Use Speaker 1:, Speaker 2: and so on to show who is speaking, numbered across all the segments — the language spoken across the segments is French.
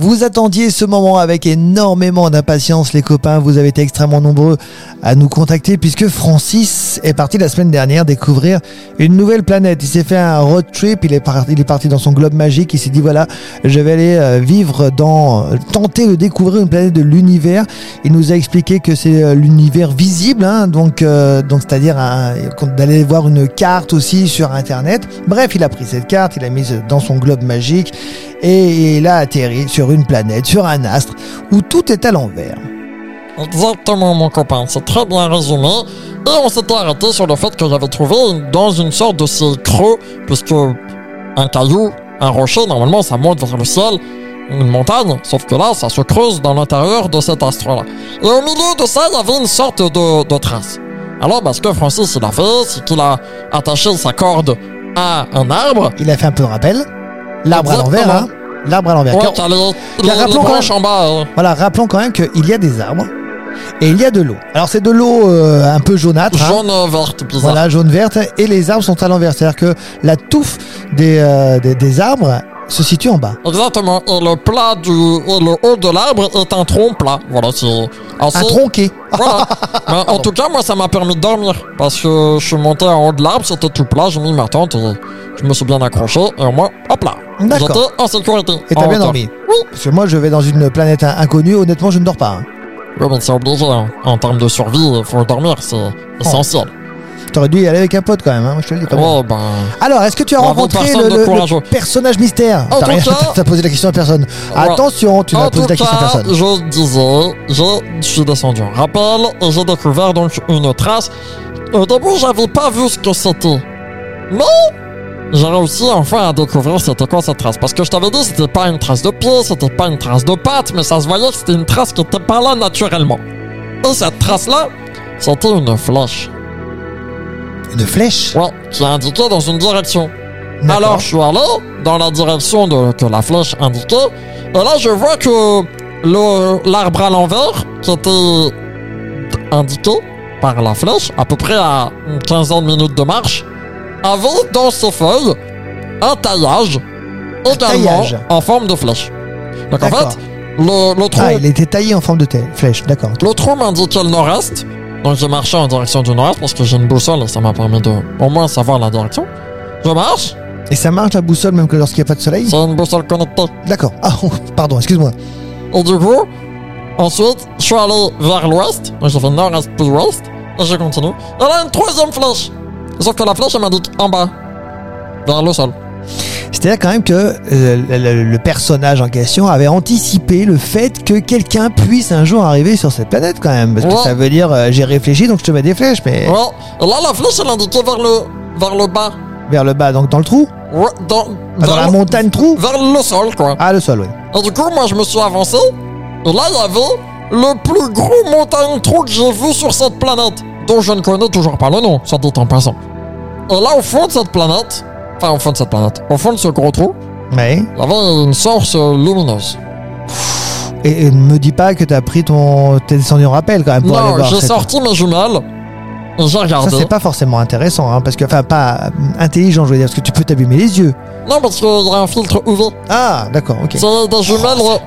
Speaker 1: Vous attendiez ce moment avec énormément d'impatience, les copains. Vous avez été extrêmement nombreux à nous contacter puisque Francis est parti la semaine dernière découvrir une nouvelle planète. Il s'est fait un road trip. Il est parti, il est parti dans son globe magique. Il s'est dit voilà, je vais aller euh, vivre dans, tenter de découvrir une planète de l'univers. Il nous a expliqué que c'est euh, l'univers visible, hein, donc, euh, donc c'est-à-dire un- d'aller voir une carte aussi sur Internet. Bref, il a pris cette carte, il l'a mise dans son globe magique et il a atterri sur une planète, sur un astre où tout est à l'envers.
Speaker 2: Exactement, mon copain, c'est très bien résumé. Et on s'était arrêté sur le fait que j'avais trouvé une- dans une sorte de ces creux, puisque un caillou, un rocher, normalement ça monte vers le ciel, une montagne, sauf que là ça se creuse dans l'intérieur de cet astre-là. Et au milieu de ça, il y avait une sorte de, de trace. Alors, bah, ce que Francis il a fait, c'est qu'il a attaché sa corde à un arbre.
Speaker 1: Il a fait un peu de rappel. L'arbre à l'envers, hein. L'arbre à l'envers.
Speaker 2: Ouais,
Speaker 1: Car-
Speaker 2: qui a les,
Speaker 1: car
Speaker 2: les- les
Speaker 1: rappelons quand
Speaker 2: branches en bas. euh,
Speaker 1: Voilà, rappelons quand même qu'il y a des arbres et il y a de l'eau. Alors c'est de l'eau euh, un peu jaunâtre. hein.
Speaker 2: jaune euh, verte, bizarre.
Speaker 1: Voilà, jaune verte et les arbres sont à l'envers, c'est-à-dire que la touffe des, euh, des, des arbres se situe en bas.
Speaker 2: Exactement. Et le plat du, et le haut de l'arbre est un tronc plat. Voilà, c'est assez.
Speaker 1: Un tronqué.
Speaker 2: Voilà. Mais en tout cas, moi, ça m'a permis de dormir. Parce que je suis monté en haut de l'arbre, c'était tout plat, j'ai mis ma tente, et je me suis bien accroché, et au moins, hop là.
Speaker 1: D'accord.
Speaker 2: J'étais en sécurité.
Speaker 1: Et
Speaker 2: En
Speaker 1: t'as bien
Speaker 2: hauteur.
Speaker 1: dormi.
Speaker 2: Oui.
Speaker 1: Parce que moi, je vais dans une planète in- inconnue. Honnêtement, je ne dors pas. hein.
Speaker 2: Oui, mais c'est obligé. hein. En termes de survie, il faut dormir, c'est
Speaker 1: Oh.
Speaker 2: essentiel.
Speaker 1: T'aurais dû y aller avec un pote quand même. hein, moi, je te le dis quand même.
Speaker 2: Ouais, ben.
Speaker 1: Alors, est-ce que tu as
Speaker 2: Bravo,
Speaker 1: rencontré
Speaker 2: personne
Speaker 1: le,
Speaker 2: de
Speaker 1: le- le
Speaker 2: courageux.
Speaker 1: personnage mystère
Speaker 2: En
Speaker 1: T'as
Speaker 2: tout
Speaker 1: rien-
Speaker 2: cas-
Speaker 1: T'as posé la question à personne.
Speaker 2: Voilà.
Speaker 1: Attention, tu n'as
Speaker 2: en
Speaker 1: posé
Speaker 2: tout
Speaker 1: la question à
Speaker 2: cas,
Speaker 1: personne.
Speaker 2: je disais, je suis descendu en rappel et j'ai découvert donc une trace. Au début, j'avais pas vu ce que c'était. Mais j'ai réussi enfin à découvrir c'était quoi cette trace. Parce que je t'avais dit, c'était pas une trace de pied, c'était pas une trace de patte, mais ça se voyait que c'était une trace qui était pas là naturellement. Et cette trace-là, c'était une flèche.
Speaker 1: Une flèche
Speaker 2: Ouais, qui indiquait dans une direction.
Speaker 1: D'accord.
Speaker 2: Alors je suis allé dans la direction de, que la flèche indiquait, et là je vois que le, l'arbre à l'envers, qui était indiqué par la flèche, à peu près à une quinzaine de minutes de marche, avait dans ses feuilles un taillage également
Speaker 1: taillage.
Speaker 2: en forme de flèche. Donc en
Speaker 1: D'accord.
Speaker 2: fait, le, le trou
Speaker 1: Ah, il était taillé en forme de telle flèche, d'accord.
Speaker 2: le trou m'indiquait le nord-est. Donc j'ai marché en direction du nord-est parce que j'ai une boussole et ça m'a permis de au moins savoir la direction. Je marche,
Speaker 1: Et ça marche la boussole même que lorsqu'il n'y a pas de soleil
Speaker 2: c'est une boussole connectée.
Speaker 1: D'accord. Ah, oh, pardon, excuse-moi.
Speaker 2: Et du coup, ensuite, je suis allé vers l'ouest. Donc j'ai fait nord-est puis ouest. Et je continue. Et là, une troisième flèche. Sauf que la flèche, elle m'indique en bas. Vers le sol.
Speaker 1: C'est-à-dire quand même que euh, le, le- le personnage en question avait anticipé le fait que quelqu'un puisse un jour arriver sur cette planète quand même. Parce que
Speaker 2: Ouais.
Speaker 1: ça veut dire euh, j'ai réfléchi donc je te mets des flèches, mais
Speaker 2: Ouais. Et là, la flèche, elle indiquait vers le, vers le bas.
Speaker 1: vers le bas, donc dans le trou,
Speaker 2: Ouais, dans,
Speaker 1: Ah, dans
Speaker 2: vers,
Speaker 1: la
Speaker 2: le-
Speaker 1: montagne trou.
Speaker 2: vers le sol, quoi.
Speaker 1: Ah, le sol, oui.
Speaker 2: Et du coup, moi, je me suis avancé. Et là, il y avait le plus gros montagne trou que j'ai vu sur cette planète, dont je ne connais toujours pas le nom, soit dit en passant. Et là, au fond de cette planète, enfin, au fond de cette planète, au fond de ce gros trou,
Speaker 1: Ouais.
Speaker 2: il y avait une source euh, lumineuse.
Speaker 1: Et, et ne me dis pas que t'as pris ton. T'es descendu en rappel quand même pour aller
Speaker 2: Non,
Speaker 1: voir.
Speaker 2: j'ai
Speaker 1: cette-
Speaker 2: sorti mes jumelles et j'ai
Speaker 1: Ça,
Speaker 2: regardé.
Speaker 1: c'est pas forcément intéressant, hein, parce que. Enfin, pas euh, intelligent, je veux dire, parce que tu peux t'abîmer les yeux.
Speaker 2: Non, parce qu'il y a un filtre UV.
Speaker 1: Ah, d'accord, ok.
Speaker 2: C'est des jumelles.
Speaker 1: Oh,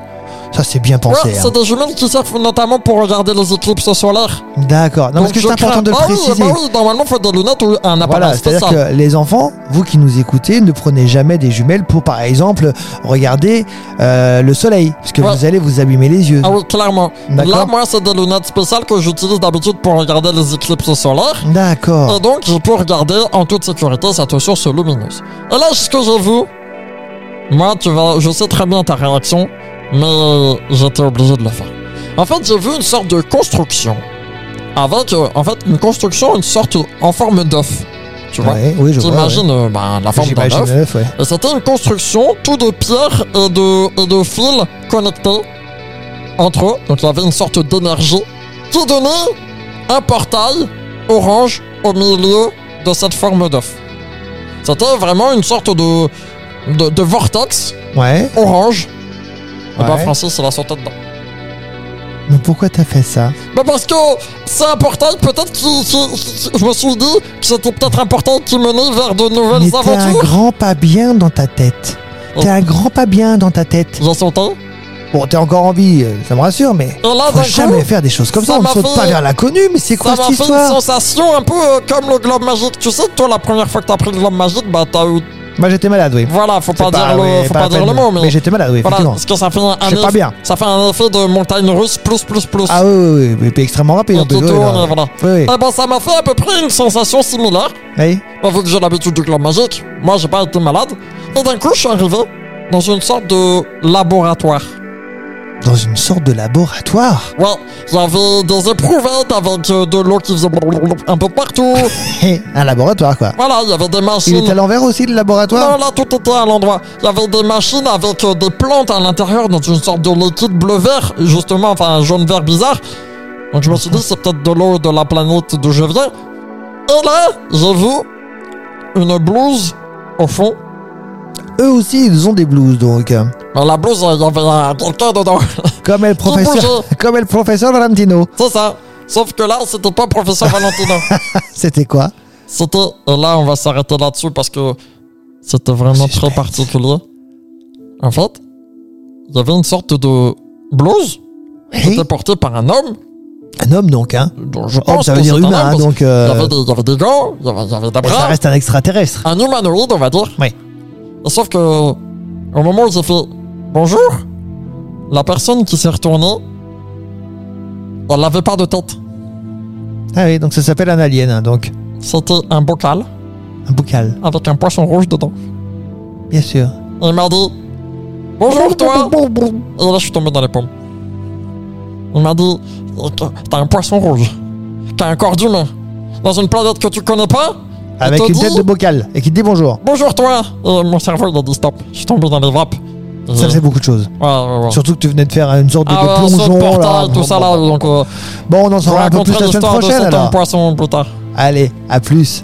Speaker 1: Ça, c'est bien
Speaker 2: ouais,
Speaker 1: pensé. hein.
Speaker 2: c'est des jumelles qui servent notamment pour regarder les éclipses solaires.
Speaker 1: hein. D'accord. Non, parce
Speaker 2: Donc,
Speaker 1: que c'est
Speaker 2: je
Speaker 1: important
Speaker 2: crains-
Speaker 1: de le
Speaker 2: Ah oui,
Speaker 1: préciser.
Speaker 2: bah oui, normalement, il faut des lunettes ou un appareil
Speaker 1: Voilà,
Speaker 2: spécial.
Speaker 1: c'est-à-dire que les enfants, vous qui nous écoutez, ne prenez jamais des jumelles pour, par exemple, regarder euh, le soleil, parce que
Speaker 2: Ouais.
Speaker 1: vous allez vous abîmer les yeux.
Speaker 2: Ah oui, clairement.
Speaker 1: D'accord.
Speaker 2: Là, moi, c'est des lunettes spéciales que j'utilise d'habitude pour regarder les éclipses solaires.
Speaker 1: D'accord.
Speaker 2: Et donc, je peux regarder en toute sécurité cette source lumineuse. Et là, ce que j'ai vu, moi, tu vas, je sais très bien ta réaction, mais euh, j'étais obligé de le faire. En fait, j'ai vu une sorte de construction. Avec, euh, en fait, une construction, une sorte en forme d'œuf. Tu vois
Speaker 1: Ouais, oui, je vois. ouais.
Speaker 2: J'imagine euh, ben, la forme d'un
Speaker 1: J'imagine
Speaker 2: œuf.
Speaker 1: l'œuf, ouais.
Speaker 2: Et Euh, C'était une construction tout de pierres et de, et de fils connectés entre eux. Donc il y avait une sorte d'énergie qui donnait un portail orange au milieu de cette forme d'œuf. C'était vraiment une sorte de, de, de vortex
Speaker 1: Ouais.
Speaker 2: orange. Et bah
Speaker 1: Ouais.
Speaker 2: Francis, il a sauté dedans.
Speaker 1: Mais pourquoi t'as fait ça
Speaker 2: Bah parce que c'est un portail peut-être qui, qui- qui- Je me suis dit que c'était peut-être un portail qui menait vers de nouvelles
Speaker 1: Mais t'es un
Speaker 2: aventures.
Speaker 1: grand pas bien dans ta tête.
Speaker 2: Oh.
Speaker 1: T'es un grand pas bien dans ta tête.
Speaker 2: J'ai sauté.
Speaker 1: Bon, t'es encore en vie, euh, ça me rassure, mais
Speaker 2: Et là,
Speaker 1: faut
Speaker 2: d'un
Speaker 1: jamais
Speaker 2: coup,
Speaker 1: faire des choses comme ça.
Speaker 2: Ah, bah, ça
Speaker 1: On ne
Speaker 2: m'a
Speaker 1: saute
Speaker 2: fait-
Speaker 1: pas vers l'inconnu, mais c'est
Speaker 2: ça
Speaker 1: quoi
Speaker 2: m'a
Speaker 1: cette
Speaker 2: fait une
Speaker 1: histoire
Speaker 2: sensation un peu euh, comme le globe magique. Tu sais, toi, la première fois que t'as pris le globe magique, bah t'as eu.
Speaker 1: Moi, j'étais malade, oui.
Speaker 2: Voilà, faut
Speaker 1: C'est
Speaker 2: pas, dire,
Speaker 1: oui,
Speaker 2: le, faut
Speaker 1: la
Speaker 2: pas dire
Speaker 1: peine
Speaker 2: le
Speaker 1: de-
Speaker 2: mot, mais.
Speaker 1: j'étais malade, oui,
Speaker 2: voilà,
Speaker 1: effectivement.
Speaker 2: parce que ça fait un, un
Speaker 1: C'est pas
Speaker 2: eff-
Speaker 1: bien.
Speaker 2: ça fait un effet de montagne russe plus plus plus.
Speaker 1: Ah oui, oui, oui, et puis extrêmement rapide.
Speaker 2: Et
Speaker 1: en plus,
Speaker 2: tout
Speaker 1: oui,
Speaker 2: tourne,
Speaker 1: non.
Speaker 2: et voilà.
Speaker 1: Oui, oui.
Speaker 2: Eh ben, ça m'a fait à peu près une sensation similaire.
Speaker 1: Oui.
Speaker 2: Bah, vu que j'ai l'habitude du globe magique, moi j'ai pas été malade. Et d'un coup, je suis arrivé dans une sorte de laboratoire.
Speaker 1: Dans une sorte de laboratoire.
Speaker 2: Ouais, il y avait des éprouvettes avec euh, de l'eau qui faisait blablabla un peu partout.
Speaker 1: Hé, Eh, Un laboratoire, quoi.
Speaker 2: voilà, il y avait des
Speaker 1: Il est à
Speaker 2: machines.
Speaker 1: l'envers aussi, le
Speaker 2: Non,
Speaker 1: laboratoire
Speaker 2: là, tout était à l'endroit. Il y avait des machines avec euh, des plantes à l'intérieur dans une sorte de liquide bleu-vert, justement, enfin, un jaune-vert bizarre. Donc, je me suis dit, c'est peut-être de l'eau de la planète d'où je viens. Et là, j'ai vu une blouse au fond.
Speaker 1: Eux aussi, ils ont des blues, donc. euh,
Speaker 2: Mais la blouse, il y avait euh, quelqu'un dedans.
Speaker 1: Comme est le professeur,
Speaker 2: bonjour.
Speaker 1: comme est le professeur Valentino.
Speaker 2: C'est ça. Sauf que là, c'était pas professeur Valentino.
Speaker 1: C'était quoi
Speaker 2: C'était. Et là, on va s'arrêter là-dessus parce que c'était vraiment très
Speaker 1: Suspense.
Speaker 2: particulier. En fait, il y avait une sorte de blouse qui
Speaker 1: Hé,
Speaker 2: était portée par un homme.
Speaker 1: Un homme, donc, hein
Speaker 2: dont Je
Speaker 1: Homme,
Speaker 2: pense
Speaker 1: ça veut
Speaker 2: que
Speaker 1: dire
Speaker 2: c'est un homme,
Speaker 1: humain, hein,
Speaker 2: parce
Speaker 1: donc.
Speaker 2: qu'il
Speaker 1: euh,
Speaker 2: y avait des- Il y avait des gants, il y avait, il y avait des
Speaker 1: bon, ça
Speaker 2: bras.
Speaker 1: reste un extraterrestre.
Speaker 2: Un humanoïde, on va dire.
Speaker 1: Oui.
Speaker 2: Et sauf que, au moment où j'ai fait bonjour, la personne qui s'est retournée, elle n'avait pas de tête.
Speaker 1: Ah oui, donc ça s'appelle un alien, hein, donc.
Speaker 2: C'était un bocal
Speaker 1: Un bocal,
Speaker 2: avec un poisson rouge dedans.
Speaker 1: bien sûr.
Speaker 2: Et il m'a dit Bonjour toi Et là je suis tombé dans les pommes. Il m'a dit T'as un poisson rouge, t'as un corps d'humain, dans une planète que tu connais pas il
Speaker 1: Avec
Speaker 2: te
Speaker 1: une
Speaker 2: dit,
Speaker 1: tête de bocal, et qui te dit bonjour.
Speaker 2: Bonjour toi Et mon cerveau il a dit stop, je suis tombé dans les vapes.
Speaker 1: Ça faisait beaucoup de choses.
Speaker 2: Ouais, ouais, ouais.
Speaker 1: Surtout que tu venais de faire une sorte de,
Speaker 2: Ah,
Speaker 1: de
Speaker 2: ouais, saut de
Speaker 1: plongeon.
Speaker 2: portail,
Speaker 1: là.
Speaker 2: tout ça là, donc euh,
Speaker 1: Bon, on en
Speaker 2: je vous
Speaker 1: saura un peu plus
Speaker 2: raconterai
Speaker 1: la semaine
Speaker 2: l'histoire de
Speaker 1: prochaine
Speaker 2: cet homme
Speaker 1: alors.
Speaker 2: poisson plus tard.
Speaker 1: Allez, à plus.